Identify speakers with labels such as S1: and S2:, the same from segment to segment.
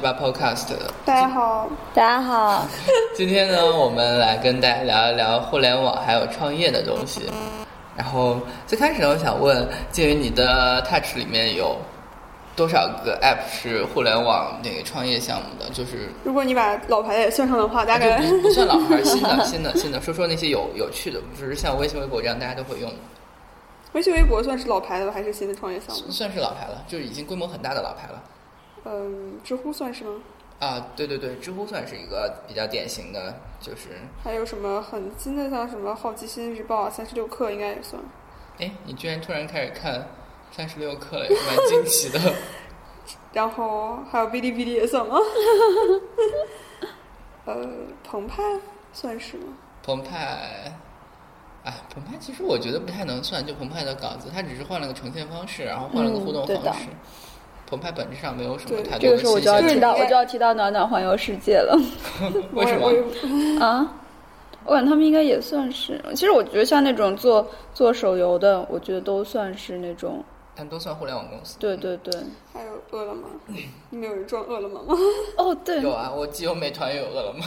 S1: 吧 Podcast。
S2: 大家好，
S3: 大家好，
S1: 今天呢，我们来跟大家聊一聊互联网还有创业的东西。然后最开始呢我想问，鉴于你的 Touch 里面有多少个 App 是互联网那个创业项目的？就是
S2: 如果你把老牌也算上的话，大概
S1: 就不不算老牌，新的新的新的，说说那些有有趣的，就是像微信、微博这样大家都会用的，
S2: 微信、微博算是老牌的吧，还是新的创业项目？
S1: 算是老牌了，就是已经规模很大的老牌了。
S2: 嗯，知乎算是吗？
S1: 啊，对对对，知乎算是一个比较典型的，就是
S2: 还有什么很新的，像什么好奇心日报啊、三十六氪应该也算。
S1: 哎，你居然突然开始看三十六氪了，也蛮惊奇的。
S2: 然后还有哔哩哔哩也算吗？呃，澎湃算是吗？
S1: 澎湃，哎，澎湃其实我觉得不太能算，就澎湃的稿子，它只是换了个呈现方式，然后换了个互动
S3: 嗯对的
S1: 方式。澎湃本质上没有什么
S2: 对
S1: 太
S3: 这
S1: 多
S3: 个
S1: 的
S3: 时候我
S1: 新
S3: 就要
S1: 鲜
S3: 提
S1: 事。
S3: 到，我就要提到暖暖环游世界了
S1: 为什
S2: 我
S1: 么
S2: 也？
S3: 啊！我感觉他们应该也算是，其实我觉得像那种做做手游的，我觉得都算是那种，
S1: 但都算互联网公司。
S3: 对对对，
S2: 还有饿了么，你们有人装饿了么吗？
S3: 哦对，
S1: 有啊，我既有美团，又有饿了么。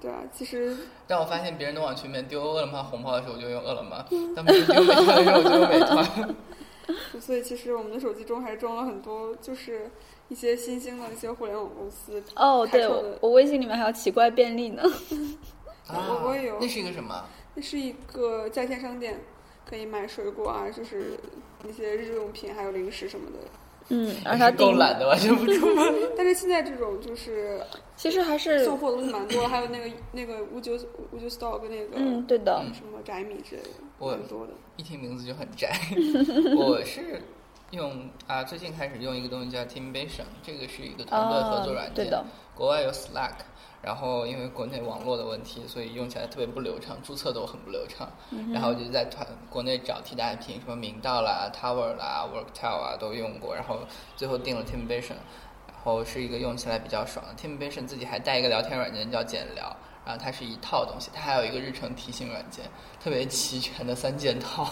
S2: 对啊，其实
S1: 但我发现别人都往群里面丢饿了么红包的时候，我就用饿了么；他们丢美团的时候，我就用美团。
S2: 所以其实我们的手机中还装了很多，就是一些新兴的一些互联网公司
S3: 哦
S2: 开
S3: 对，
S2: 创
S3: 我
S2: 的。
S3: 我微信里面还有奇怪便利呢，
S1: 啊，
S2: 我也有
S1: 那是一个什么？
S2: 那是一个在线商店，可以买水果啊，就是一些日用品，还有零食什么的。
S3: 嗯，而
S1: 还
S3: 它
S1: 是够
S3: 定义，
S1: 懒的，完全不出门。
S2: 但是现在这种就是
S3: 其实还是
S2: 送货的东西蛮多，还有那个那个五九五九 store 跟那个
S3: 嗯对的，
S2: 什么宅米之类的，
S1: 我
S2: 蛮多的。
S1: 一听名字就很宅。 我是用啊，最近开始用一个东西叫 Teamvision，这个是一个团队合
S3: 啊
S1: 作软件，
S3: 对的，
S1: 国外有 Slack。然后因为国内网络的问题，所以用起来特别不流畅，注册都很不流畅。然后我就在团国内找替代品，什么明道啦、Tower 啦、Worktel 啊都用过，然后最后定了 Teamvision，然后是一个用起来比较爽的。Teamvision 自己还带一个聊天软件叫简聊，然后它是一套东西，它还有一个日程提醒软件，特别齐全的三件套。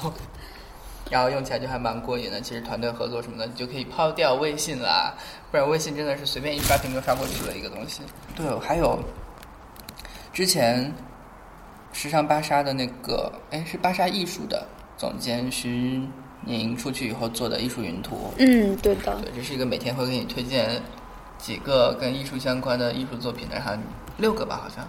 S1: 然后用起来就还蛮过瘾的。其实团队合作什么的，你就可以抛掉微信啦，不然微信真的是随便一刷屏就刷过去的一个东西。对，还有之前时尚芭莎的那个，哎，是芭莎艺术的总监徐宁出去以后做的艺术云图，
S3: 嗯对的，
S1: 对，这是一个每天会给你推荐几个跟艺术相关的艺术作品的，然后六个吧，好像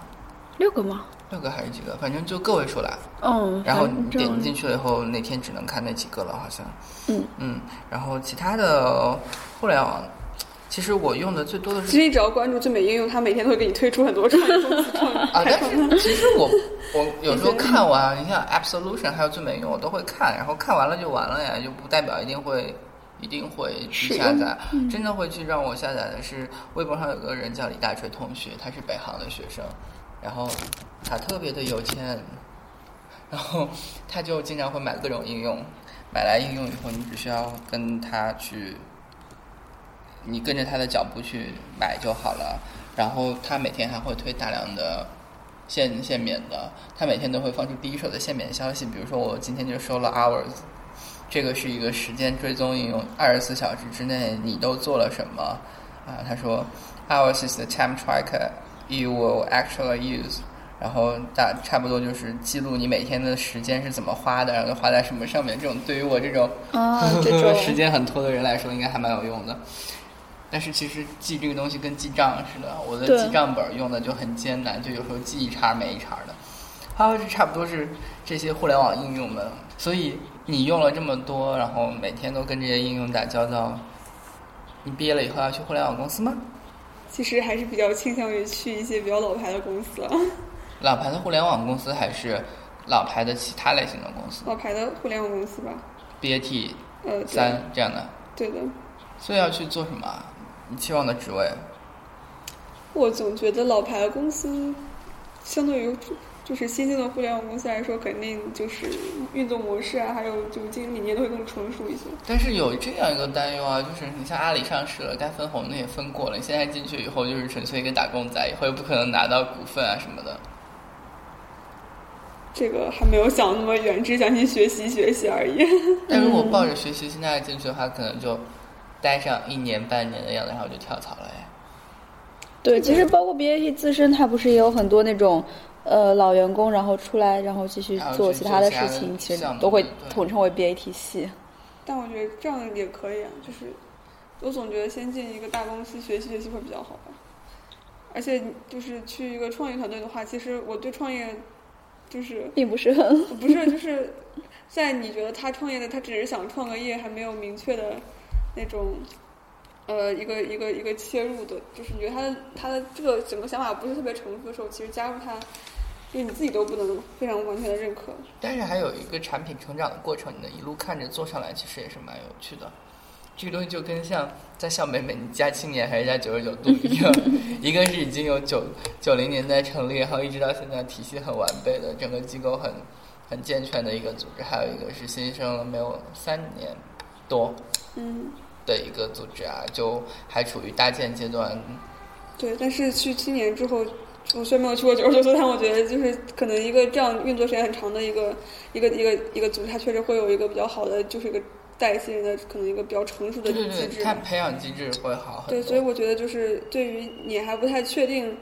S3: 六个吗？
S1: 六个还是几个，反正就个位数啦。
S3: 嗯，
S1: 然后
S3: 反
S1: 你
S3: 正
S1: 点进去了以后，那天只能看那几个了，好像。
S3: 嗯
S1: 嗯，然后其他的互联网，其实我用的最多的
S2: 其
S1: 是
S2: 实你只要关注最美应用，它每天都会给你推出很多创业公司创业
S1: 啊，但是其实我我有时候看完，你像 App Solution 还有最美用我都会看，然后看完了就完了呀，就不代表一定会。一定会去下载，真的会去让我下载的是微博上有个人叫李大锤同学，他是北航的学生，然后他特别的有钱，然后他就经常会买各种应用，买来应用以后，你只需要跟他去，你跟着他的脚步去买就好了。然后他每天还会推大量的限限免的，他每天都会放出第一手的限免消息。比如说，我今天就收了 Hours，这个是一个时间追踪应用，二十四小时之内你都做了什么啊？他说，Hours is the time tracker you will actually use。然后大差不多就是记录你每天的时间是怎么花的，然后花在什么上面。这种对于我这种
S3: 啊 这种
S1: 时间很拖的人来说，应该还蛮有用的。但是其实记这个东西跟记账似的，我的
S3: 对
S1: 记账本儿用的就很艰难，就有时候记一茬儿没一茬儿的。还有是差不多是这些互联网应用们，所以你用了这么多，然后每天都跟这些应用打交道，你毕业了以后要去互联网公司吗？
S2: 其实还是比较倾向于去一些比较老牌的公司了，
S1: 老牌的互联网公司还是老牌的其他类型的公司
S2: 老牌的互联网公司吧。
S1: ，BAT
S2: 呃，对
S1: 三这样的，
S2: 对的。
S1: 所以要去做什么啊？你期望的职位？
S2: 我总觉得老牌的公司，相对于就是新兴的互联网公司来说，肯定就是运作模式啊，还有就是经营理念都会更成熟一些。
S1: 但是有这样一个担忧啊，就是你像阿里上市了，该分红的也分过了，你现在进去以后就是纯粹一个打工仔，以后也不可能拿到股份啊什么的。
S2: 这个还没有想那么远，只想去学习学习而已。
S1: 但如果抱着学习心态进去的话，可能就待上一年半年的样子，然后就跳槽了哎。
S3: 对，其实包括 BAT 自身，它不是也有很多那种呃老员工，然后出来，然后继续
S1: 还有
S3: 做
S1: 去
S3: 其
S1: 做
S3: 他的
S1: 其
S3: 事
S1: 他的
S3: 情，其实
S1: 项目
S3: 都会
S1: 对
S3: 统称为 BAT 系。
S2: 但我觉得这样也可以啊，就是我总觉得先进一个大公司学习学习会比较好吧。而且就是去一个创业团队的话，其实我对创业就是
S3: 并不 是很
S2: 不是就是在你觉得他创业的，他只是想创个业，还没有明确的那种呃一个一个一个切入的，就是你觉得他的他的这个整个想法不是特别成熟的时候，其实加入他，因为你自己都不能非常完全的认可。
S1: 但是还有一个产品成长的过程，你的一路看着做上来，其实也是蛮有趣的。这个东西就跟像在笑美美，你加七年还是加九十九度一样，一个是已经有九九零年代成立，然后一直到现在体系很完备的，整个机构很很健全的一个组织，还有一个是新生了没有三年多
S2: 嗯，
S1: 的一个组织啊，就还处于搭建阶段，
S2: 对。但是去七年之后，我虽然没有去过九十九所，但我觉得就是可能一个这样运作时间很长的一个一个一个一个组织，它确实会有一个比较好的，就是一个带新人的可能一个比较成熟的
S1: 对
S2: 机
S1: 对
S2: 制。
S1: 对，它培养机制会好很多。
S2: 对，所以我觉得就是对于你还不太确定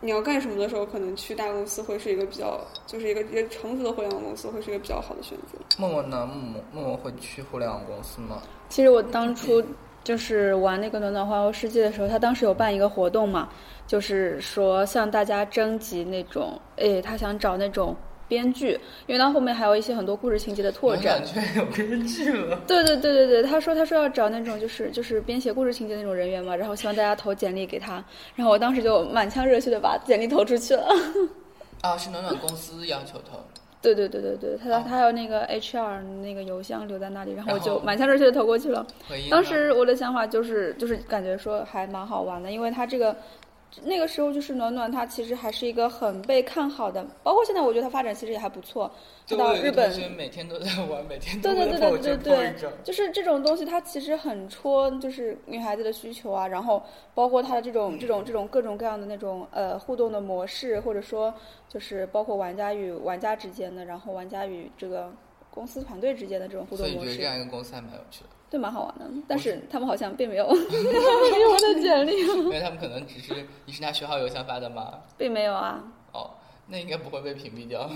S2: 你要干什么的时候，可能去大公司会是一个比较，就是一个一个成熟的互联网公司会是一个比较好的选择。
S1: 默默呢？默默默默会去互联网公司吗？
S3: 其实我当初就是玩那个暖暖环游世界的时候，他当时有办一个活动嘛，就是说向大家征集那种，诶，他想找那种编剧，因为他后面还有一些很多故事情节的拓展
S1: 感。觉有编剧了。
S3: 对对对对对，他说他说要找那种就是就是编写故事情节那种人员嘛，然后希望大家投简历给他，然后我当时就满腔热血的把简历投出去了。
S1: 啊，是暖暖公司要求投，
S3: 对对对对对，他
S1: 哦
S3: 他还有那个 HR 那个邮箱留在那里，然后我
S1: 然后
S3: 就满腔热血的投过去了。
S1: 回应呢
S3: 当时我的想法就是，就是感觉说还蛮好玩的，因为它这个那个时候就是暖暖，它其实还是一个很被看好的，包括现在我觉得它发展其实也还不错。它
S1: 对
S3: 到
S1: 我有
S3: 日
S1: 一个
S3: 本
S1: 同，学每天都在玩，每天都
S3: 对对
S1: 在
S3: 对
S1: 朋友
S3: 对对
S1: 圈 po
S3: 对
S1: 一张。，
S3: 就是这种东西，它其实很戳就是女孩子的需求啊，然后包括它的这种这种这种各种各样的那种呃互动的模式，或者说就是包括玩家与玩家之间的，然后玩家与这个公司团队之间的这种互
S1: 所
S3: 动
S1: 以你
S3: 模
S1: 觉得
S3: 式
S1: 这。样一个公司还蛮有趣的，
S3: 对，蛮好玩的。但是他们好像并没有 没有我的简历，
S1: 因为他们可能只是你是拿学校邮箱发的吗？
S3: 并没有啊，
S1: 哦，那应该不会被屏蔽
S3: 嗯
S1: 掉。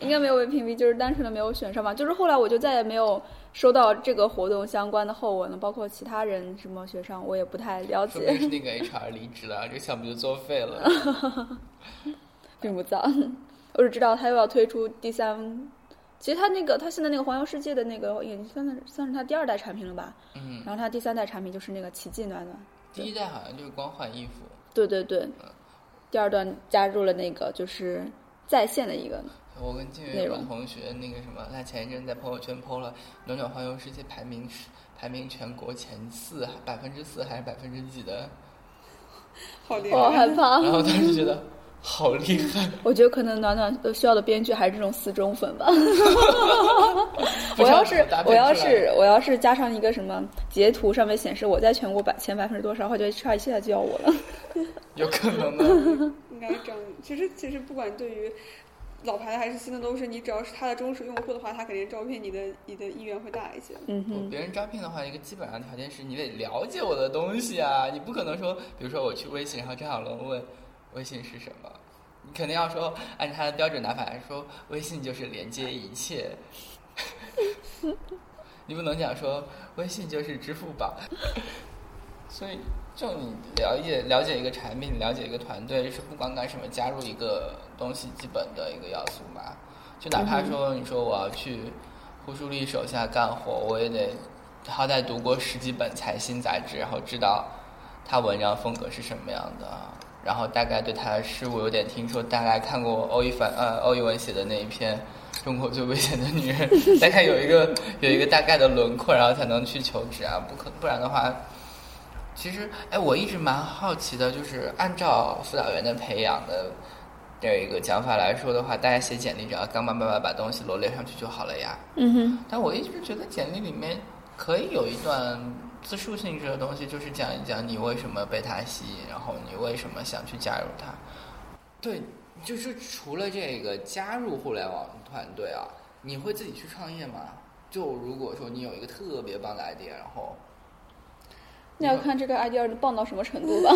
S3: 应该没有被屏蔽，就是单纯的没有选上吧。就是后来我就再也没有收到这个活动相关的后文了，包括其他人什么选上，我也不太了
S1: 说不定
S3: 解，
S1: 是那个 HR 离职了，这个项目就作废了。
S3: 并不早。我只知道他又要推出第三。其实他那个，他现在那个环游世界的那个，也算是算是他第二代产品了吧。
S1: 嗯，
S3: 然后他第三代产品就是那个奇迹暖暖，
S1: 第一代好像就是光换衣服。
S3: 对对对。第二段加入了那个就是在线的一个，
S1: 我跟金源
S3: 内
S1: 有个
S3: 容
S1: 同学，那个什么，他前一阵在朋友圈 PO 了《暖暖环游世界》排名是排名全国前四，百分之四还是百分之几的？
S2: 好厉
S1: 哦
S3: 我害
S2: 害！
S3: 怕。
S1: 然后当时觉得好厉害，
S3: 我觉得可能暖暖需要的编剧还是这种死忠粉吧。
S1: 不 知
S3: 我
S1: 道
S3: 要
S1: 怎
S3: 是
S1: 么搭配
S3: 我要
S1: 出来
S3: 是我要是加上一个什么截图，上面显示我在全国百前百分之多少，我觉得 HR 一下就要我了。
S1: 有可能吗？
S2: 应该这样。其实其实不管对于老牌的还是新的，都是你只要是他的忠实用户的话，他肯定招聘你的你的意愿会大一些。
S3: 嗯哼，
S1: 别人招聘的话，一个基本上条件是你得了解我的东西啊，你不可能说，比如说我去微信，然后张小龙问微信是什么，你肯定要说按照他的标准打法来说，微信就是连接一切。 你不能讲说微信就是支付宝， 所以就你了解了解一个产品，了解一个团队，是不光干什么加入一个东西基本的一个要素嘛。就哪
S3: 嗯
S1: 怕说你说我要去胡舒立手下干活，我也得好歹读过十几本财新杂志，然后知道他文章风格是什么样的，然后大概对他的事物有点听说，大概看过欧一凡呃欧一文写的那一篇。中国最危险的女人， 大概有一个有一个大概的轮廓，然后才能去求职啊，不可不然的话，其实，哎，我一直蛮好奇的，就是按照辅导员的培养的这一个讲法来说的话，大家写简历只要干干巴巴把东西罗列上去就好了呀。
S3: 嗯哼，
S1: 但我一直觉得简历里面可以有一段自述性质的东西，就是讲一讲你为什么被他吸引，然后你为什么想去加入他。对，就是除了这个加入互联网团队啊，你会自己去创业吗？就如果说你有一个特别棒的 idea，然后嗯
S3: 那要看这个 idea 能棒到什么程度吧。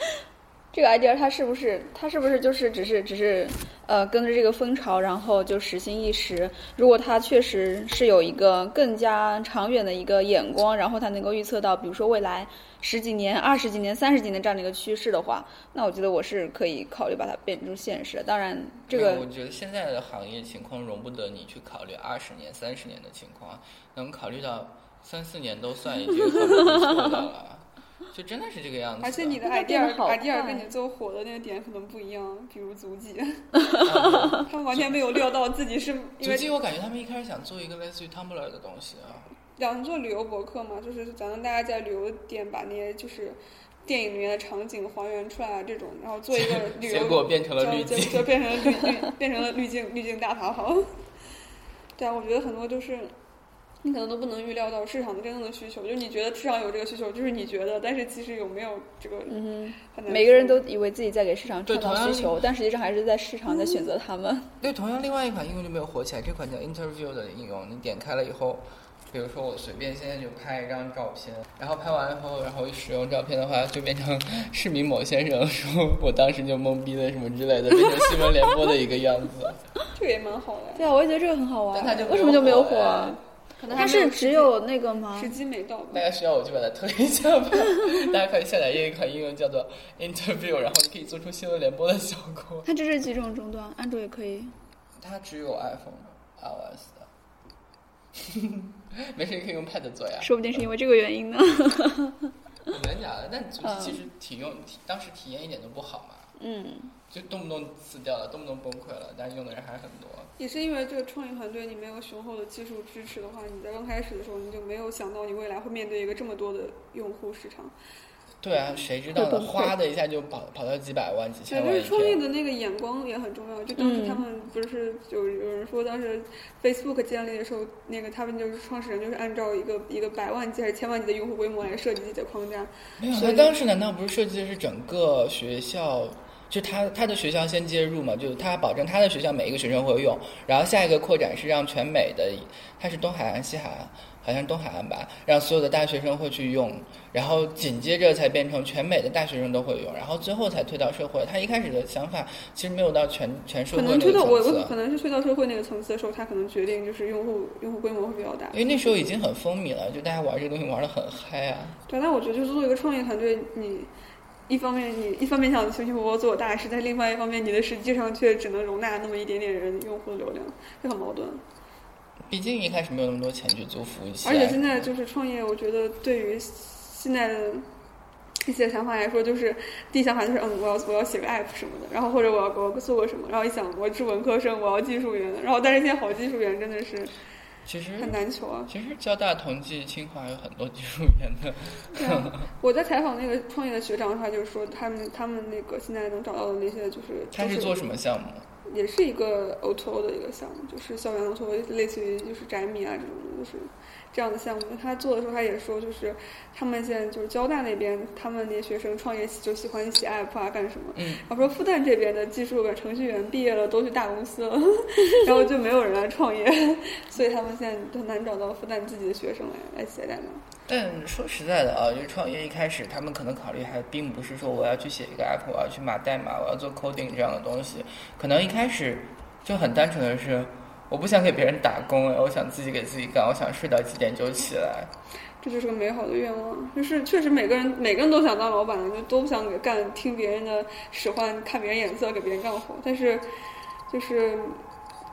S3: 这个 idea 它是不是它是不是就是只是只是呃跟着这个风潮，然后就时兴一时？如果它确实是有一个更加长远的一个眼光，然后它能够预测到，比如说未来十几年、二十几年、三十几年这样的一个趋势的话，那我觉得我是可以考虑把它变成现实的。当然，这个
S1: 我觉得现在的行业情况容不得你去考虑二十年、三十年的情况，能考虑到三四年都算已经很不错的了。 就真的是这个样子，
S2: 而且你的
S3: 它变得
S2: idea
S3: 好快
S2: idea 跟你最后火的那个点可能不一样，比如 足迹，他们完全没有料到自己是因
S1: 足
S2: 为
S1: 迹，我感觉他们一开始想做一个类似于 Tumblr 的东西啊，
S2: 想做旅游博客嘛，就是想让大家在旅游点把那些就是电影里面的场景还原出来啊这种，然后做一个旅游
S1: 结果变成了滤
S2: 就
S1: 镜。
S2: 就就变成了滤滤，变成了滤镜滤镜大法好。对啊，我觉得很多就是你可能都不能预料到市场真正的需求，就是你觉得市场有这个需求，就是你觉得，但是其实有没有这个
S3: 嗯
S2: 很
S3: 哼，
S2: 难。
S3: 每个人都。以为自己在给市场
S1: 对
S3: 创造
S1: 同样
S3: 需求，但实际上还是在市场在选择他们。
S1: 对，同样另外一款应用就没有火起来，这款叫 Interview 的应用，你点开了以后，比如说我随便现在就拍一张照片，然后拍完以后，然后一使用照片的话，就变成市民某先生说我当时就懵逼了什么之类的，变成新闻联播的一个样子。
S2: 这个也蛮好的，
S3: 对啊，我也觉得这个很好玩
S1: 但它就，
S3: 为什么就没有火
S1: 没有
S3: 啊
S1: 火？
S2: 可能
S3: 它是只有那个吗
S2: 时？机没到吧
S1: 大？家需要我就把它推一下吧，大家可以下载这一款应用叫做 Interview，然后你可以做出新闻联播的效果。
S3: 它这是几种终端，安卓也可以。
S1: 它只有 iPhone、iOS 的， 没事，你可以用 Pad 做呀。
S3: 说不定是因为这个原因呢。
S1: 我跟你讲的，但足迹其实体用、体当时体验一点都不好嘛，
S3: 嗯，
S1: 就动不动死掉了，动不动崩溃了，但是用的人还是很多。
S2: 也是因为这个创业团队你没有雄厚的技术支持的话，你在刚开始的时候你就没有想到你未来会面对一个这么多的用户市场。
S1: 对啊，谁知道
S3: 会
S1: 呢？
S3: 崩溃
S1: 哗的一下就跑跑到几百万、几
S2: 对，
S1: 千
S2: 就
S1: 万一
S2: 是创业
S1: 天。
S2: 的那个眼光也很重要。就当时他们不是有有人说，当时 Facebook 建立的时候，那个他们就是创始人就是按照一个一个百万级还是千万级的用户规模来设计自己的框架。
S1: 没有，
S2: 所
S1: 他
S2: 以
S1: 当时难道不是设计的是整个学校？就他他的学校先接入嘛，就是他保证他的学校每一个学生会用，然后下一个扩展是让全美的，他是东海岸、西海岸，好像是东海岸吧，让所有的大学生会去用，然后紧接着才变成全美的大学生都会用，然后最后才推到社会。他一开始的想法其实没有到全全社
S2: 可
S1: 会
S2: 能
S1: 那
S2: 推
S1: 个
S2: 到我我
S1: 层
S2: 可
S1: 次，啊
S2: 能是推到社会那个层次的时候，他可能决定就是用户用户规模会比较大
S1: 因。为那时候已经很风靡了，就大家玩这个东西玩的很嗨啊。
S2: 对，但我觉得就是做一个创业团队，你一方面你一方面想雄心勃勃做大事，但另外一方面你的实际上却只能容纳那么一点点人用户的流量，就很矛盾。
S1: 毕竟一开始没有那么多钱去租服务器啊，
S2: 而且现在就是创业，我觉得对于现在的一些想法来说，就是第一想法就是嗯，我要我要写个 app 什么的，然后或者我要我要做个什么，然后一想我是文科生，我要技术员，然后但是现在好技术员真的是
S1: 其实
S2: 很难求啊。
S1: 其实交大、同济、清华有很多技术员 的，
S2: 对啊，我在采访那个创业的学长，他就说他们他们那个现在能找到的那些就是
S1: 他
S2: 都
S1: 是做什么项目？
S2: 也是一个 O to O 的一个项目，就是校园 O to O，类似于就是宅米啊这种的，就是这样的项目。他做的时候，他也说，就是他们现在就是交大那边，他们那些学生创业就喜欢写 app 啊，干什么？
S1: 嗯，
S2: 然后说复旦这边的技术的程序员毕业了都去大公司了， 然后就没有人来创业，所以他们现在很难找到复旦自己的学生来来写代码。
S1: 但说实在的啊，就是创业一开始，他们可能考虑还并不是说我要去写一个 app，我要去码代码，我要做 coding 这样的东西，可能一开始就很单纯的是，我不想给别人打工，哎我想自己给自己干，我想睡到几点就起来。
S2: 这就是个美好的愿望，就是确实每个人每个人都想当老板，就都想给干听别人的使唤，看别人眼色，给别人干活。但是，就是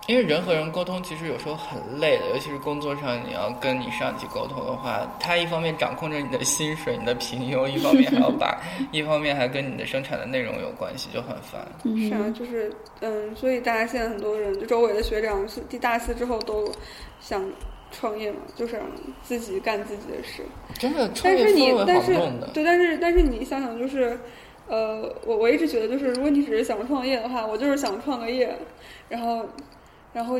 S1: 因为人和人沟通其实有时候很累的，尤其是工作上，你要跟你上级沟通的话，他一方面掌控着你的薪水、你的评优，一方面还要把，一方面还跟你的生产的内容有关系，就很烦。
S2: 是啊，就是嗯，所以大家现在很多人，就周围的学长是第大四之后都想创业嘛，就是自己干自己的事。
S1: 真的，创
S2: 但
S1: 业
S2: 是你
S1: 氛围，
S2: 但
S1: 好
S2: 是
S1: 重 的。
S2: 对，但是但是你想想，就是，呃，我我一直觉得，就是如果你只是想创业的话，我就是想创个业，然后，然后，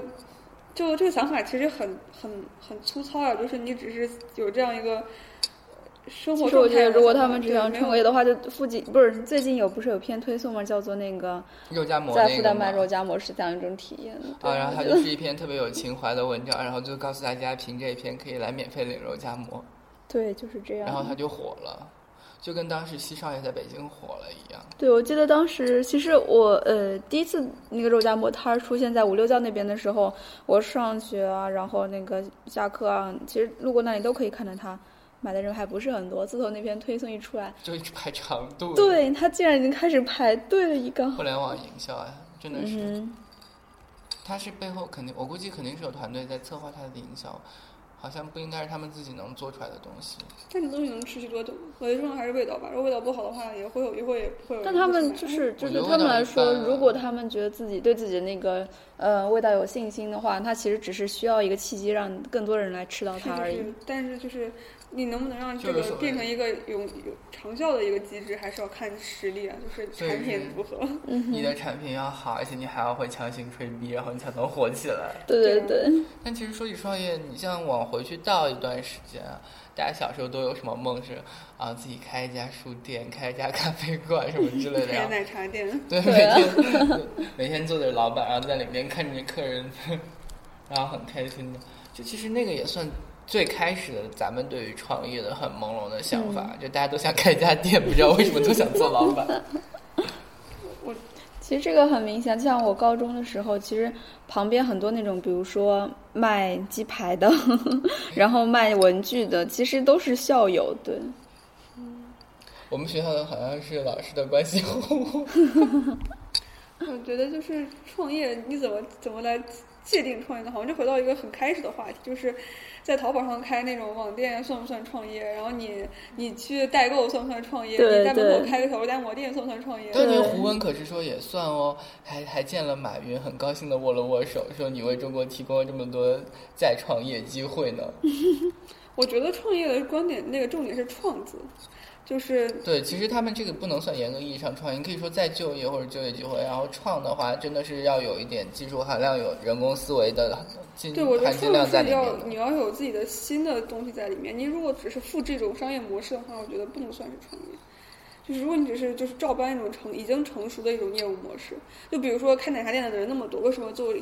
S2: 就这个想法其实很很很粗糙啊，就是你只是有这样一个生活
S3: 嗯
S2: 状态的想法。
S3: 其实我觉得，如果他们
S2: 对
S3: 只想
S2: 没有
S3: 创业的话，就附近不是最近有不是有篇推送嘛，叫做那个
S1: 肉夹馍
S3: 在
S1: 那
S3: 复
S1: 个
S3: 旦
S1: 嘛
S3: 卖肉夹馍是这样一种体验。对
S1: 啊，然后它就是一篇特别有情怀的文章，然后就告诉大家凭这一篇可以来免费领肉夹馍，
S3: 对，就是这
S1: 然后
S3: 样。
S1: 它就火了。就跟当时西少爷在北京火了一样。
S3: 对，我记得当时其实我呃第一次那个肉夹馍摊儿出现在五六教那边的时候，我上学啊，然后那个下课啊，其实路过那里都可以看到它。买的人还不是很多，自从那篇推送一出来，
S1: 就一直排长队。
S3: 对他竟然已经开始排队了一个。
S1: 互联网营销啊，真的是，
S3: 嗯
S1: 他是背后肯定，我估计肯定是有团队在策划他的营销，好像不应该是他们自己能做出来的东西。
S2: 但你东西能持续多久？我觉得重要还是味道吧。如果味道不好的话，也会有，也会也会有人不喜欢。
S3: 但他们就是，就
S1: 我
S3: 对
S1: 觉得味
S3: 他们
S1: 道
S3: 来
S1: 一
S3: 说，
S1: 般啊
S3: 如果他们觉得自己对自己的那个呃味道有信心的话，他其实只是需要一个契机，让更多人来吃到它而
S2: 是是
S3: 已。
S2: 是，但是就是你能不能让这
S1: 就是
S2: 个
S1: 所谓
S2: 变成一个有有长效的一个机制，还是要看实力啊，就是
S1: 所以
S2: 产品
S1: 是
S2: 如何。
S3: 嗯
S1: 你
S3: 哼，
S1: 的产品要好，而且你还要会强行吹逼，然后你才能火起来。
S3: 对对对，
S1: 但其实说起创业，你像往回去倒一段时间啊，大家小时候都有什么梦是啊，自己开一家书店，开一家咖啡馆什么之 类的
S2: 开
S1: 呀？
S2: 奶茶店，
S1: 对，每
S3: 对啊
S1: 天每天坐着老板，啊然后在里面看着客人，然后很开心的。就其实那个也算最开始的咱们对于创业的很朦胧的想法，
S3: 嗯
S1: 就大家都想开一家店，不知道为什么都想做老 板。
S3: 其实这个很明显，就像我高中的时候，其实旁边很多那种，比如说卖鸡排的， 然后卖文具的，其实都是校友。对，
S1: 我们学校的好像是老师的关系户，
S2: 我觉得就是创业，你怎么怎么来界定创业呢？好像就回到一个很开始的话题，就是在淘宝上开那种网店啊算不算创业？然后你你去代购算不算创业？
S3: 对
S2: 你在门口
S3: 对
S2: 开个小肉夹馍店算不算创业？
S1: 当年胡温可是说也算哦，还还见了马云，很高兴的握了握手，说你为中国提供了这么多再创业机会呢。
S2: 我觉得创业的观点那个重点是“创”字，就是
S1: 对，其实他们这个不能算严格意义上创业，你可以说再就业或者就业机会。然后创的话，真的是要有一点技术含量、有人工思维的进
S2: 对，我觉得
S1: 含金量
S2: 创
S1: 在
S2: 是
S1: 里面
S2: 要
S1: 的。
S2: 你要有自己的新的东西在里面。你如果只是复制一种商业模式的话，我觉得不能算是创业。就是如果你只是就是照搬一种成已经成熟的一种业务模式，就比如说开奶茶店的人那么多，为什么做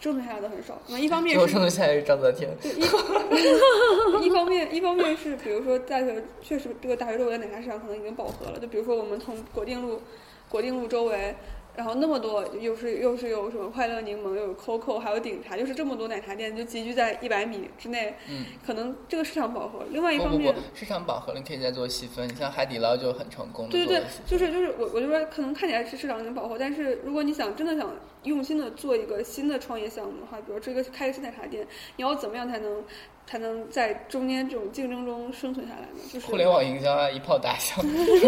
S2: 生存下来的很少？那一方面
S1: 最后
S2: 是
S1: 剩下来是章泽天，
S2: 一方面，一方面是比如说大学确实这个大学周围的奶茶市场可能已经饱和了，就比如说我们从国定路、国定路周围，然后那么多又是又是有什么快乐柠檬，又有 COCO，还有顶茶，就是这么多奶茶店就集聚在一百米之内，
S1: 嗯，
S2: 可能这个市场饱和。另外一
S1: 不
S2: 方
S1: 不
S2: 面
S1: 不，，市场饱和了，你可以再做细分。你像海底捞就很成功的
S2: 对
S1: 做
S2: 对
S1: 了
S2: 对，就是就是我我就说，可能看起来是市场已经饱和，但是如果你想真的想用心的做一个新的创业项目的话，比如这个开一个新奶茶店，你要怎么样才能才能在中间这种竞争中生存下来呢？就是
S1: 互联网营销啊，一炮打响，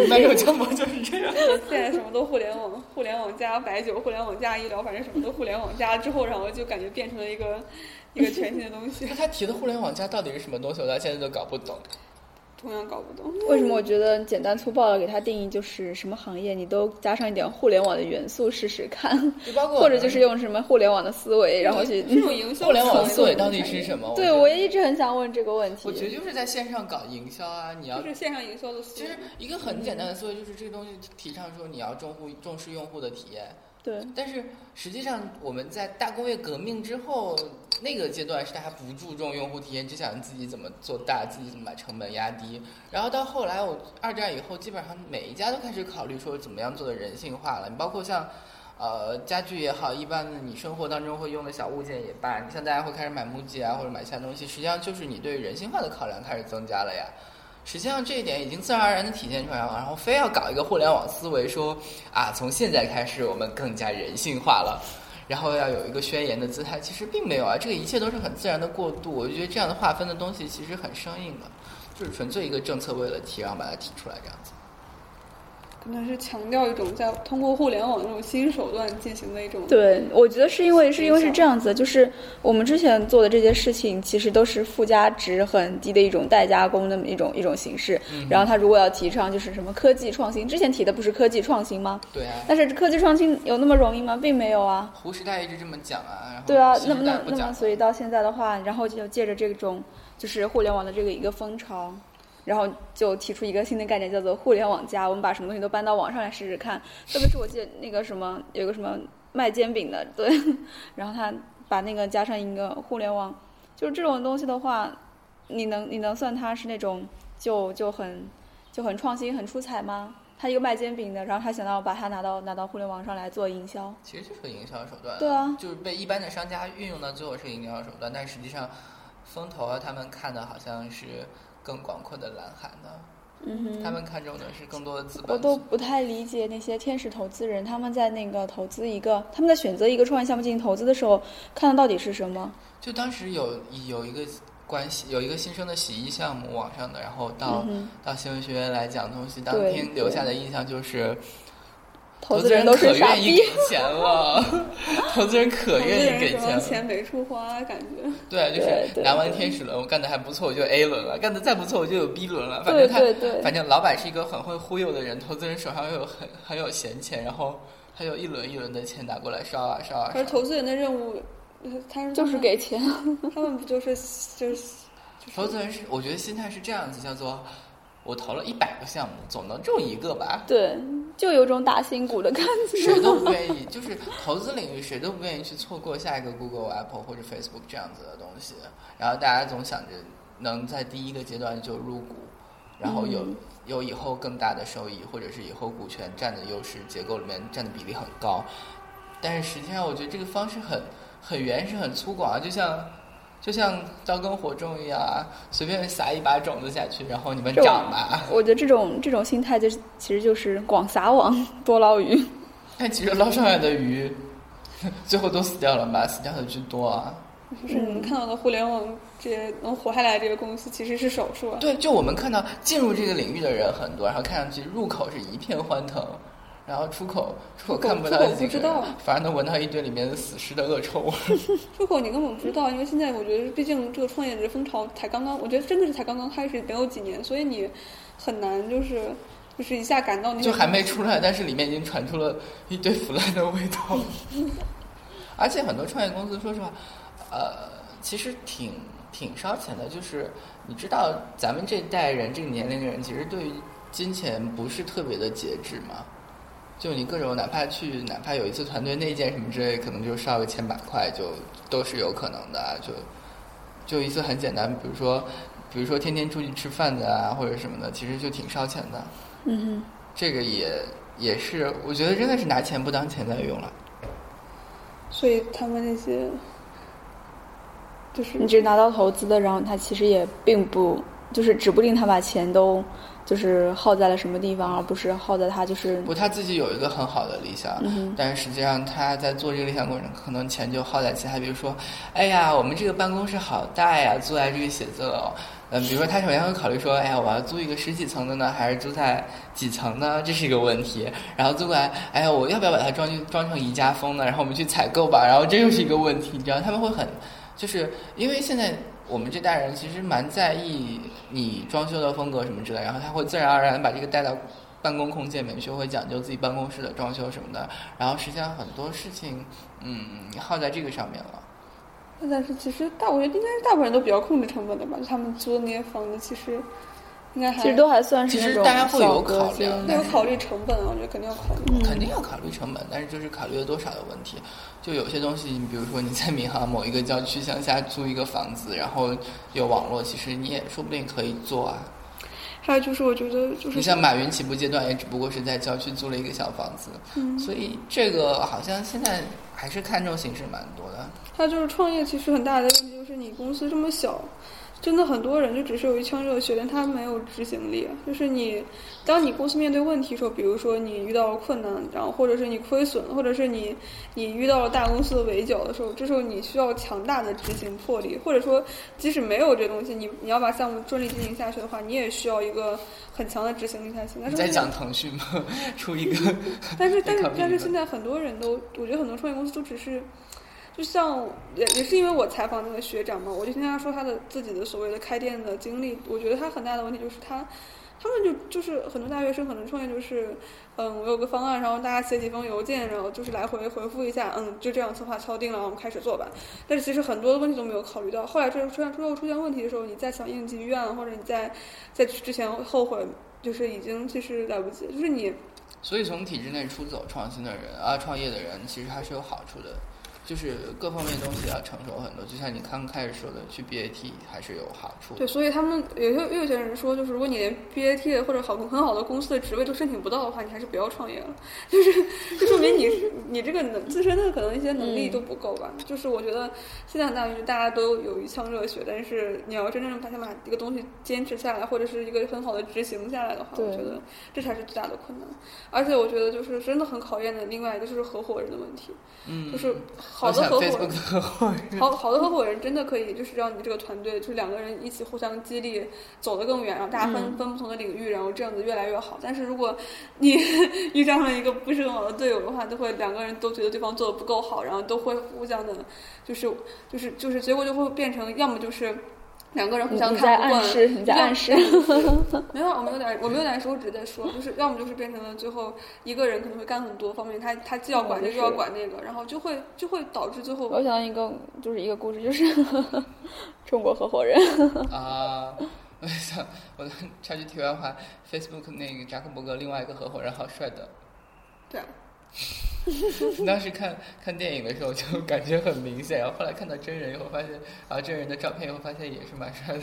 S1: 卖肉夹馍就是这样。
S2: 现在什么都互联网，互联网加白酒，互联网加医疗，反正什么都互联网加之后，然后就感觉变成了一个一个全新的东西
S1: 那，他提的互联网加到底是什么东西，我到现在都搞不懂。
S2: 同样搞不懂。
S3: 为什么我觉得简单粗暴的给它定义就是什么行业，你都加上一点互联网的元素试试看。
S1: 就包括
S3: 或者就是用什么互联网的思维，然后去。
S1: 嗯
S3: 嗯
S2: 这种营销
S1: 互联网
S2: 思
S1: 思维到底是什么？我
S3: 对，
S1: 觉得
S3: 我也一直很想问这个问
S1: 我觉得
S3: 题。
S1: 就是在线上搞营销啊，你要
S2: 就是线上营销的思
S1: 其
S2: 维
S1: 实。一个很简单的思维就是这个东西提倡说你要重户重视用户的体验，
S3: 对，
S1: 但是实际上我们在大工业革命之后那个阶段是大家不注重用户体验，只想自己怎么做大，自己怎么把成本压低。然后到后来我二战以后，基本上每一家都开始考虑说怎么样做的人性化了，你包括像。呃，家具也好，一般你生活当中会用的小物件也罢，你像大家会开始买木屐啊，或者买其他东西，实际上就是你对人性化的考量开始增加了呀。实际上这一点已经自然而然的体现出来了，然后非要搞一个互联网思维说，啊，从现在开始我们更加人性化了，然后要有一个宣言的姿态，其实并没有啊，这个一切都是很自然的过渡。我就觉得这样的划分的东西其实很生硬的，啊就是纯粹一个政策为了提，然后把它提出来这样子。
S2: 可能是强调一种在通过互联网这种新手段进行的一种，
S3: 对，我觉得是因为是因为是
S2: 影响
S3: 这样子，就是我们之前做的这些事情，其实都是附加值很低的一种代加工的一种一种形式。
S1: 嗯
S3: 然后他如果要提倡就是什么科技创新，之前提的不是科技创新吗？
S1: 对啊，
S3: 但是科技创新有那么容易吗？并没有啊。
S1: 胡时代一直这么讲啊，然后
S3: 对啊，
S1: 新
S3: 那
S1: 时
S3: 么
S1: 代
S3: 那么
S1: 不
S3: 那
S1: 讲
S3: 么，所以到现在的话，然后就借着这种就是互联网的这个一个风潮，然后就提出一个新的概念，叫做“互联网加”。我们把什么东西都搬到网上来试试看，特别是我记得那个什么有个什么卖煎饼的，对， 然后他把那个加上一个互联网，就是这种东西的话，你能你能算它是那种就就很。就很创新、很出彩吗？他一个卖煎饼的，然后他想到把它拿到拿到互联网上来做营销，
S1: 其实就是个营销手段。
S3: 对啊，
S1: 就是被一般的商家运用到最后是营销手段，但实际上风投啊，他们看的好像是更广阔的蓝海呢。
S3: 嗯哼，
S1: 他们看重的是更多的资本。
S3: 我都不太理解那些天使投资人，他们在那个投资一个，他们在选择一个创业项目进行投资的时候，看的到底是什么？
S1: 就当时有有一个关系，有一个新生的洗衣项目，网上的，然后到、
S3: 嗯
S1: 到新闻学院来讲东西，当
S3: 对
S1: 天留下的印象就是，
S3: 投
S1: 资
S3: 人都
S1: 可
S3: 是傻
S1: 愿意
S3: 逼
S1: 给。钱了， 投资人可
S2: 投资
S1: 愿
S2: 人
S1: 意给
S2: 什么
S1: 钱了。
S2: 钱没处花，感觉
S1: 对，就
S3: 对
S1: 是
S3: 对
S1: 拿完
S3: 对
S1: 天使轮，我干的还不错，我就 A 轮了；干的再不错，我就有 B 轮了。反
S3: 对
S1: 正他，
S3: 对对，
S1: 反正老板是一个很会忽悠的人，投资人手上又有很很有闲钱，然后他有一轮一轮的钱拿过来烧啊烧啊
S2: 可是
S1: 烧。
S2: 投资人的任务，呃他们
S3: 就是给钱。
S2: 他们不就是就是
S1: 投资人是，我觉得心态是这样子，叫做我投了一百个项目，总能中一个吧。
S3: 对，就有种打新股的感觉。
S1: 谁都不愿意，就是投资领域，谁都不愿意去错过下一个 Google、Apple 或者 Facebook 这样子的东西。然后大家总想着能在第一个阶段就入股，然后有、
S3: 嗯
S1: 有以后更大的收益，或者是以后股权占的优势结构里面占的比例很高。但是实际上，我觉得这个方式很很原始、很粗犷啊，就像就像刀耕火种一样啊，随便撒一把种子下去，然后你们
S3: 这
S1: 长吧。
S3: 我觉得这种这种心态就是，其实就是广撒网，多捞鱼。
S1: 但其实捞上来的鱼，最后都死掉了吧？死掉的居多啊。
S2: 就是你们看到的互联网这些能活下来这些公司，其实是少数啊。
S1: 对，就我们看到进入这个领域的人很多，然后看上去入口是一片欢腾，然后出口出口
S2: 出口
S1: 看不到
S2: 出口
S1: 几
S2: 不知
S1: 个人，
S2: 道
S1: 反而能闻到一堆里面死尸的恶臭味儿。
S2: 出口你根本不知道，因为现在我觉得，毕竟这个创业者风潮才刚刚，我觉得真的是才刚刚开始，没有几年，所以你很难就是就是一下感到你
S1: 就还没出来，但是里面已经传出了一堆腐烂的味道。而且很多创业公司，说实话，呃，其实挺挺烧钱的。就是你知道，咱们这代人这个年龄的人，其实对于金钱不是特别的节制嘛。就你各种，哪怕去，哪怕有一次团队内建什么之类，可能就烧个千把块，就都是有可能的啊。就就一次很简单，比如说，比如说天天出去吃饭的啊，或者什么的，其实就挺烧钱的。
S3: 嗯
S1: 这个也也是，我觉得真的是拿钱不当钱在用了。
S2: 所以他们那些就是
S3: 哼，你只拿到投资的，然后他其实也并不，就是指不定他把钱都就是耗在了什么地方，而不是耗在他就是
S1: 不，他自己有一个很好的理想，
S3: 嗯哼
S1: 但是实际上他在做这个理想过程，可能钱就耗在其他，比如说，哎呀，我们这个办公室好大呀，租在这个写字楼。嗯，比如说他首先会考虑说，哎呀，我要租一个十几层的呢，还是租在几层呢？这是一个问题。然后租过来，哎呀，我要不要把它装进装成宜家风呢？然后我们去采购吧。然后这又是一个问题，你知道他们会很，就是因为现在我们这代人其实蛮在意你装修的风格什么之类，然后他会自然而然把这个带到办公空间里面去，会讲究自己办公室的装修什么的。然后实际上很多事情，嗯，耗在这个上面了。
S2: 但是其实大，我觉得应该是大部分人都比较控制成本的吧。就他们租的那些房子，其实应该还
S3: 其实都还算是
S1: 其
S3: 那
S1: 实
S3: 种
S1: 大家会有
S3: 小隔
S1: 考
S3: 间
S1: 量
S2: 都有考虑成本啊，我觉得肯定要考虑。
S1: 肯定要考虑成本，但是就是考虑了多少的问题。就有些东西，你比如说你在闵行某一个郊区乡下租一个房子，然后有网络，其实你也说不定可以做啊。
S2: 还有就是，我觉得就
S1: 你
S2: 是
S1: 像马云起步阶段，也只不过是在郊区租了一个小房子，
S2: 嗯
S1: 所以这个好像现在还是看重形式蛮多的。
S2: 他就是创业，其实很大的问题就是你公司这么小，真的很多人就只是有一腔热血，但他没有执行力。就是你，当你公司面对问题的时候，比如说你遇到了困难，然后或者是你亏损，或者是你你遇到了大公司的围剿的时候，这时候你需要强大的执行魄力，或者说即使没有这东西，你你要把项目顺利进行下去的话，你也需要一个很强的执行力才行。但
S1: 你
S2: 是
S1: 在
S2: 问题
S1: 讲腾讯吗？ 出一个
S2: 但是但
S1: 也
S2: 是
S1: 考虑
S2: 但
S1: 一个
S2: 是现在很多人都，我觉得很多创业公司都只是，就像也也是因为我采访那个学长嘛，我就听他说他的自己的所谓的开店的经历，我觉得他很大的问题就是他。他们就就是很多大学生可能创业就是，嗯，我有个方案，然后大家写几封邮件，然后就是来回回复一下，嗯，就这样策划敲定了，我们开始做吧。但是其实很多的问题都没有考虑到，后来这出现之后出现问题的时候，你再想应急预案，或者你在在之前后悔，就是已经其实来不及，就是你
S1: 所以从体制内出走创新的人啊，创业的人，其实还是有好处的。就是各方面东西要成熟很多。就像你刚开始说的，去 BAT 还是有好处的。
S2: 对，所以他们有些有些人说，就是如果你连 BAT 或者好很好的公司的职位都申请不到的话，你还是不要创业了。就是就说明你你这个能自身的可能一些能力都不够
S1: 嗯
S2: 吧。就是我觉得现在很大就是大家都有一腔热血，但是你要真正把它把一个东西坚持下来，或者是一个很好的执行下来的话，我
S3: 对
S2: 觉得这才是最大的困难。而且我觉得就是真的很考验的，另外一个就是合伙人的问题。
S1: 嗯，
S2: 就是好
S1: 我
S2: 的
S1: 想
S2: 合伙
S1: Facebook
S2: 人，
S1: 合伙
S3: 嗯
S1: 人
S2: 好好的合伙人真的可以，就是让你这个团队，就是两个人一起互相激励，走得更远，然后大家
S3: 嗯
S2: 分、分不同的领域，然后这样子越来越好。但是如果你 遇上了一个不是很好的队友的话，都会两个人都觉得对方做的不够好，然后都会互相的，就是就是就是，结果就会变成要么就是。两个人互
S3: 你
S2: 相
S3: 你在
S2: 看不
S3: 暗
S2: 惯，
S3: 示，你在暗示，
S2: 没有，我没有在，我没有在说，我只是在说，就是要么就是变成了最后一个人可能会干很多方面，他他既
S3: 嗯
S2: 要管这个又要管那个，然后就会就会导致最后
S3: 我想到一个，就是一个故事，就是 中国合伙人，
S1: 啊。我想，我插句题外话，Facebook 那个扎克伯格另外一个合伙人好帅的，
S2: 对啊，
S1: 当时看看电影的时候就感觉很明显，然后后来看到真人以后发现，然后真人的照片以后发现也是蛮帅的。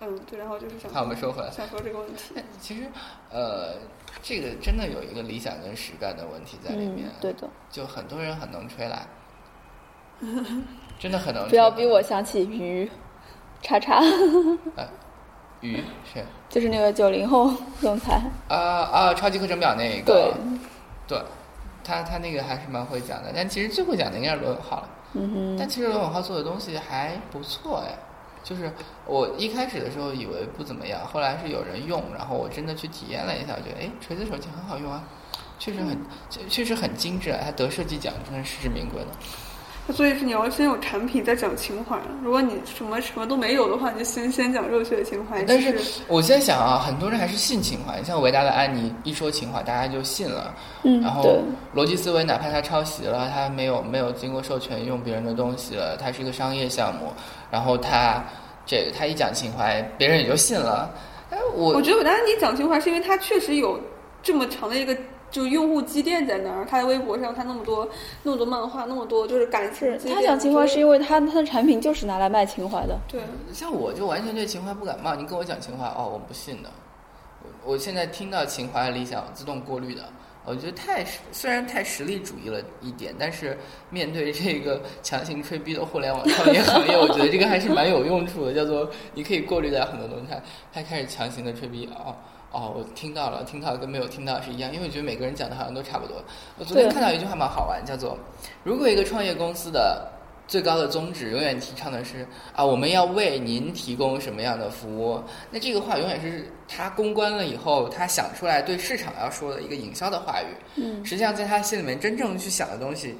S2: 嗯，对，然后就是想
S1: 好，我们说回来，
S2: 想说这个问题，
S1: 哎其实，呃，这个真的有一个理想跟实干的问题在里
S3: 嗯
S1: 面。，
S3: 对的，
S1: 就很多人很能吹 来，真的很能吹。
S3: 不要逼我想起鱼，叉叉，
S1: 鱼是
S3: 就是那个九零后总裁，
S1: 啊啊，超级课程表那一
S3: 对
S1: 个，，对，他他那个还是蛮会讲的，但其实最会讲的应该是罗永浩了。
S3: 嗯
S1: 但
S3: 哼，
S1: 其实罗永浩做的东西还不错哎，就是我一开始的时候以为不怎么样，后来是有人用，然后我真的去体验了一下，我觉得哎，锤子手机很好用啊，确实很
S3: 嗯
S1: 确确实很精致啊，它得设计奖真的实至名归了。
S2: 所以是你要先有产品，再讲情怀。啊如果你什么什么都没有的话，你就先先讲热血情怀。
S1: 但
S2: 就是是
S1: 我现在想啊，很多人还是信情怀，像伟大的安妮一说情怀，大家就信了。
S3: 嗯
S1: 然，后
S3: 对，
S1: 逻辑思维，哪怕它抄袭了，它没有没有经过授权用别人的东西了，它是一个商业项目，然后它这它一讲情怀，别人也就信了。哎，我
S2: 我觉得我当然你讲情怀是因为它确实有这么长的一个。就是用户积淀在那儿，他的微博上，他那么多那么多漫画，那么多就是感情
S3: 是
S2: 积淀。
S3: 他讲情怀
S2: 就是
S3: 因为他他的产品就是拿来卖情怀的，
S2: 对，
S1: 像我就完全对情怀不感冒，你跟我讲情怀，哦，我不信的。我我现在听到情怀的理想，我自动过滤的。我觉得太虽然太实力主义了一点，但是面对这个强行吹逼的互联网创业行业，我觉得这个还是蛮有用处的，叫做你可以过滤掉很多东西。他他开始强行的吹逼，哦哦，我听到了，听到跟没有听到是一样，因为我觉得每个人讲的好像都差不多。我昨天
S3: 对
S1: 看到一句话蛮好玩，叫做如果一个创业公司的最高的宗旨永远提倡的是啊，我们要为您提供什么样的服务？那这个话永远是他公关了以后，他想出来对市场要说的一个营销的话语。
S3: 嗯，
S1: 实际上，在他心里面真正去想的东西，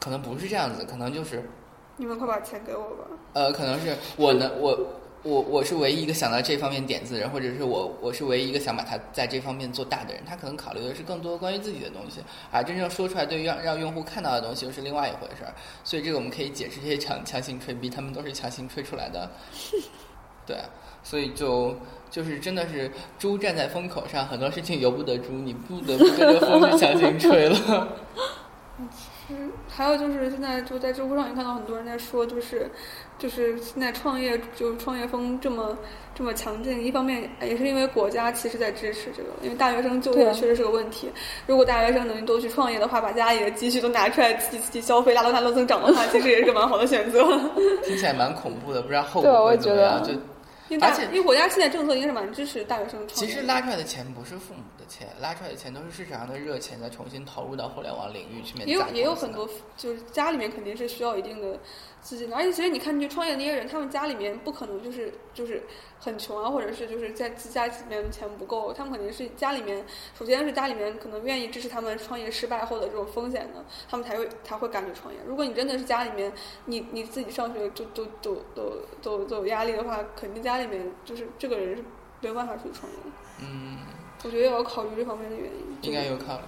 S1: 可能不是这样子，可能就是
S2: 你们快把钱给我吧。
S1: 呃，可能是我能我。我我是唯一一个想到这方面点子的人，或者是我我是唯一一个想把它在这方面做大的人。他可能考虑的是更多关于自己的东西，而真正说出来对于让让用户看到的东西又是另外一回事儿。所以这个我们可以解释这些强强行吹逼，他们都是强行吹出来 的。对，所以就就是真的是猪站在风口上，很多事情由不得猪，你不得不跟着风去强行吹了。
S2: 嗯，还有就是现在就在知乎上，也看到很多人在说，就是就是现在创业就是创业风这么这么强劲，一方面也是因为国家其实在支持这个，因为大学生就
S3: 对
S2: 业
S3: 啊
S2: 确实是个问题。如果大学生能都去创业的话，把家里的积蓄都拿出来自己自己消费，拉动拉动增长的话，其实也是个蛮好的选择。
S1: 听起来蛮恐怖的，不知道后
S3: 对
S1: 果
S3: 我
S1: 会
S3: 也
S1: 怎么
S3: 觉得
S1: 样。就
S2: 因为大
S1: 而且
S2: 因为国家现在政策应该是蛮支持大学生创
S1: 其
S2: 业
S1: 实
S2: 的。
S1: 拉出来的钱不是父母的钱，拉出来的钱都是市场上的热钱，再重新投入到互联网领域去面砸
S2: 也有
S1: 投资
S2: 也有
S1: 的
S2: 很多，就是家里面肯定是需要一定的资金的，而且其实你看，就创业那些人，他们家里面不可能就是就是很穷啊，或者是就是在自家里面钱不够，他们肯定是家里面，首先是家里面可能愿意支持他们创业失败后的这种风险的，他们才会才会敢去创业。如果你真的是家里面你你自己上学就都都都都都有压力的话，肯定家里面就是这个人是没有办法出去创业的。
S1: 嗯，
S2: 我觉得也要考虑这方面的原因，
S1: 应该有考虑。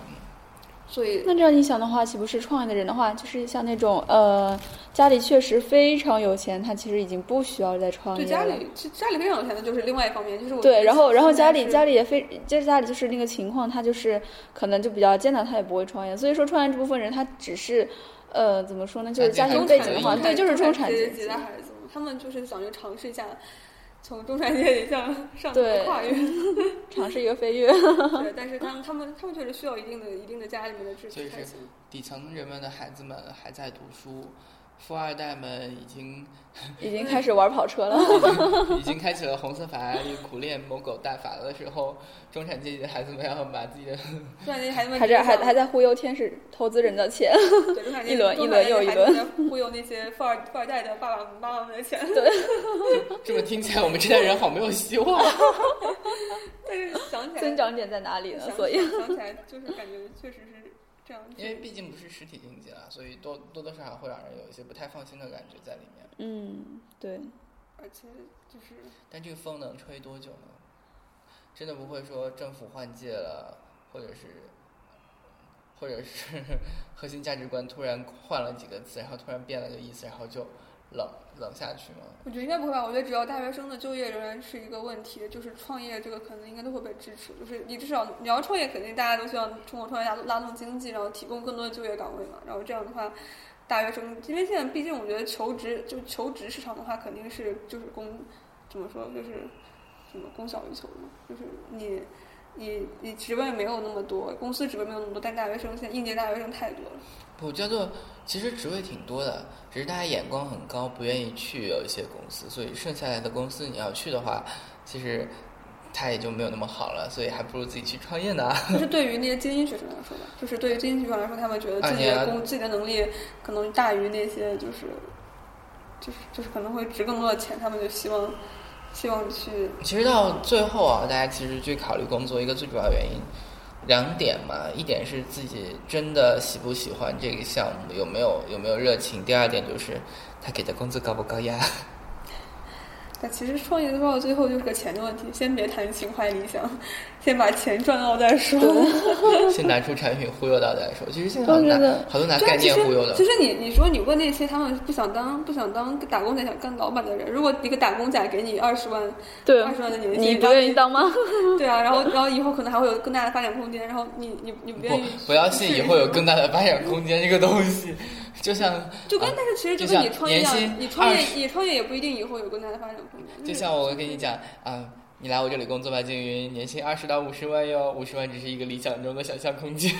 S2: 所以
S3: 那这样你想的话，岂不是创业的人的话，就是像那种呃，家里确实非常有钱，他其实已经不需要再创业
S2: 对
S3: 了。
S2: 家里，其实家里非常有钱的就是另外一方面，就是我
S3: 对，然后然后家里家
S2: 里
S3: 里也非，就是家里就是那个情况，他就是可能就比较艰难，他也不会创业。所以说，创业这部分人，他只是呃，怎么说呢？就是家
S1: 家庭
S3: 庭
S1: 中
S3: 背
S1: 产
S3: 景的
S1: 阶
S3: 话，
S1: 级
S3: 对，就是中产
S2: 阶
S3: 阶级
S2: 的。孩子们，他们就是想去尝试一下从中产阶级向上
S3: 对
S2: 的跨 越，
S3: 尝试一个飞 跃。
S2: 对，但是他们他们他们确实需要一定的一定的家里面的支
S1: 所
S2: 持
S1: 以
S2: 才
S1: 是
S2: 行。
S1: 底层人们的孩子们还在读书，富二代们已 经
S3: 已经开始玩跑车
S2: 嗯
S3: 了。
S1: 已经开启了红色法拉利苦练某狗大法的时候，中产阶级的孩子们要把自己的
S2: 中产阶级孩子们
S3: 还在
S2: 只
S3: 还
S2: 想
S3: 还在忽悠天使投资人的钱，
S2: 对中产阶
S3: 一
S2: 级
S3: 轮
S2: 中产
S3: 一
S2: 阶
S3: 轮
S2: 级
S3: 又一
S2: 孩子们忽悠那些富二富二代的爸爸妈妈们的钱，
S1: 这么听起来，我们这代人好没有希望。啊
S2: 但是想起来
S3: 增长点在哪里呢？
S2: 想
S3: 所以
S2: 起来想起来就是感觉确实是这样子
S1: 因。为毕竟不是实体经济了，所以多多多少少会让人有一些不太放心的感觉在里面。
S3: 嗯，对，
S2: 而且就是
S1: 但这个风能吹多久呢？真的不会说政府换届了，或者是，或者是 核心价值观突然换了几个词，然后突然变了个意思，然后就冷冷下去吗？
S2: 我觉得应该不会吧？我觉得只要大学生的就业仍然是一个问题，就是创业这个可能应该都会被支持。就是你至少你要创业，肯定大家都希望通过创业拉动拉动经济，然后提供更多的就业岗位嘛。然后这样的话，大学生因为现在毕竟我觉得求职就求职市场的话，肯定是就是供怎么说就是什么供小于求嘛，就是你。你你职位没有那么多，公司职位没有那么多，但大学生现在应届大学生太多了。
S1: 我叫做其实职位挺多的，只是大家眼光很高，不愿意去有一些公司，所以剩下来的公司你要去的话，其实它也就没有那么好了，所以还不如自己去创业呢。
S2: 就是对于那些精英学生来说吧，就是对于精英学生来说，他们觉得
S1: 啊
S2: 自己
S1: 你啊
S2: 的工、自己的能力可能大于那些就是，就是就是可能会值更多的钱，他们就希望希望去
S1: 其实到最后啊，大家其实去考虑工作，一个最主要原因两点嘛，一点是自己真的喜不喜欢这个项目，有没有有没有热情；第二点就是他给的工资高不高呀。
S2: 但其实创业的话，到最后就是个钱的问题，先别谈情怀理想，先把钱赚到再说。
S1: 先拿出产品忽悠到再说。其实现在好多
S3: 我觉
S1: 拿
S3: 得
S1: 好多拿
S2: 对啊
S1: 概念
S2: 其实
S1: 忽悠的
S2: 其，实你你说你问那些他们不想当不想当打工仔想干老板的人，如果一个打工仔给你二十万
S3: 对
S2: 二十万的年薪，
S3: 你不
S2: 然后
S3: 愿意当吗？
S2: 对啊，然后然后以后可能还会有更大的发展空间，然后你你你不愿
S1: 不
S2: 意
S1: 不要
S2: 去
S1: 信以
S2: 试
S1: 后有
S2: 试
S1: 更大的发展空间这个东西，就像
S2: 就跟
S1: 啊
S2: 但是其实
S1: 就
S2: 跟
S1: 像
S2: 你创业一
S1: 年薪
S2: 样，你创业
S1: 20
S2: 你创业也不一定以后有更大的发展空间。
S1: 就是像我跟你讲啊、你来我这里工作吧，静云，年薪二十到五十万哟，五十万只是一个理想中的想象空间。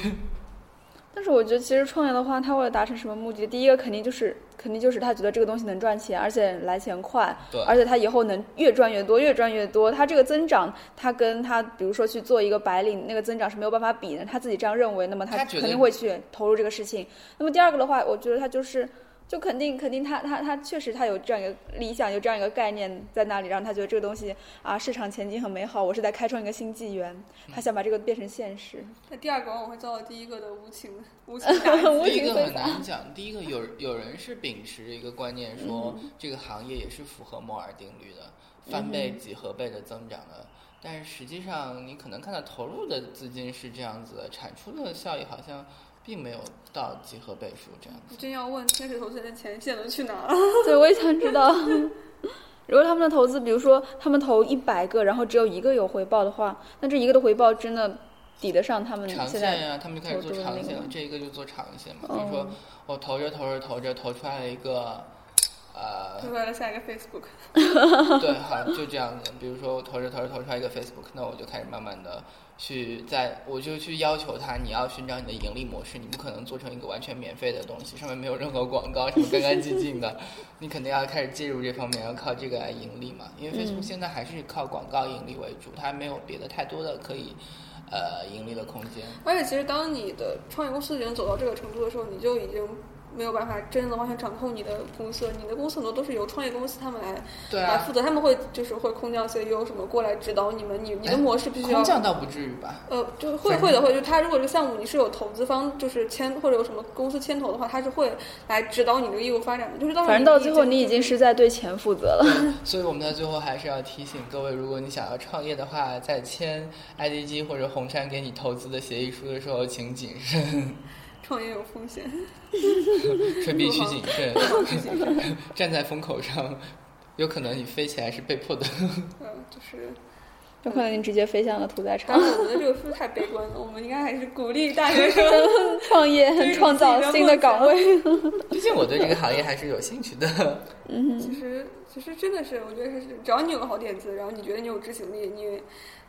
S3: 但是我觉得，其实创业的话，他为了达成什么目的，第一个肯定就是肯定就是他觉得这个东西能赚钱，而且来钱快，
S1: 对
S3: 而且他以后能越赚越多，越赚越多。他这个增长，他跟他比如说去做一个白领，那个增长是没有办法比的。他自己这样认为，那么
S1: 他觉
S3: 肯
S1: 得
S3: 定会去投入这个事情。那么第二个的话，我觉得他就是。就肯定肯定他他他确实他有这样一个理想，有这样一个概念在那里，让他觉得这个东西啊市场前景很美好，我是在开创一个新纪元，他想把这个变成现实。
S2: 那第二个往往会遭到第一个的无情无情打击。
S3: 无
S1: 第一啊
S3: 情
S1: 个
S3: 挥
S1: 很
S3: 洒。
S1: 难讲，第一个有有人是秉持一个观念说，
S3: 嗯
S1: 这个行业也是符合摩尔定律的，翻倍几何倍的增长的。但是实际上，你可能看到投入的资金是这样子的，产出的效益好像并没有到几何倍数这样。
S2: 我真要问天使投资人的钱现在都去哪儿了？
S3: 对，我也想知道，如果他们的投资，比如说他们投一百个，然后只有一个有回报的话，那这一个的回报真的抵得上他们
S1: 长
S3: 嗯
S1: 线
S3: 现在？
S1: 呀、他们就开始做
S3: 投资的
S1: 长
S3: 那个
S1: 线了
S3: 吗。
S1: 这一个就做长线嘛，
S3: 哦
S1: 就是说我投着投着投着投出来了一个，呃，
S2: 就为了下一个 Facebook，
S1: 对，好，就这样子。比如说，我投着投着投出来一个 Facebook，那我就开始慢慢的去在，我就去要求它，你要寻找你的盈利模式，你不可能做成一个完全免费的东西，上面没有任何广告，什么干干净净 的，你肯定要开始介入这方面，要靠这个来盈利嘛。因为 Facebook 现在还是靠广告盈利为主，它没有别的太多的可以呃盈利的空间。
S2: 而且其实当你的创业公司已经走到这个程度的时候，你就已经没有办法真的完全掌控你的公司了。你的公司很多都是由创业公司他们来
S1: 对
S2: 来
S1: 啊
S2: 负，责，他们会就是会空降 CEO 什么过来指导你们，你你
S1: 哎
S2: 的模式必须要
S1: 空降倒不至于吧？
S2: 呃，就是会
S1: 反
S2: 会的会，就是他如果这个项目你是有投资方，就是牵或者有什么公司牵头的话，他是会来指导你这个业务发展的。就是到时候
S3: 反正到最后你
S2: 你
S3: 已经是在对钱负责了。
S1: 所以我们在最后还是要提醒各位，如果你想要创业的话，在签 IDG 或者红杉给你投资的协议书的时候，请谨慎，
S2: 创业有风险，
S1: 是必须谨慎，站在风口上，有可能你飞起来是被迫的。
S2: 呃，就是
S3: 有可能你直接飞向了屠宰场
S2: 但。是我觉得这个是不是太悲观了？我们应该还是鼓励大学生。
S3: 创业
S2: 对
S3: 创
S2: 自
S3: 造
S2: 己的
S3: 新的
S2: 梦想
S3: 岗位，
S1: 毕竟我对这个行业还是有兴趣的。
S2: 其实其实真的是，我觉得是只要你有个好点子，然后你觉得你有执行力，你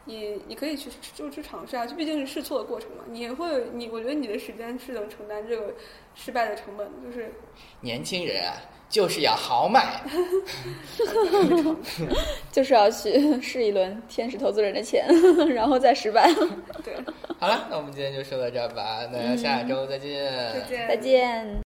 S2: 你你可以去就去尝试啊，就毕竟是试错的过程嘛。你也会你，我觉得你的时间是能承担这个失败的成本，就是
S1: 年轻人啊，就是要豪迈。
S3: 就是要去试一轮天使投资人的钱， 然后再失败。
S2: 对。
S1: 好了，那我们今天就说到这儿吧，大家下周再见。
S2: 呃再见，
S3: 再见。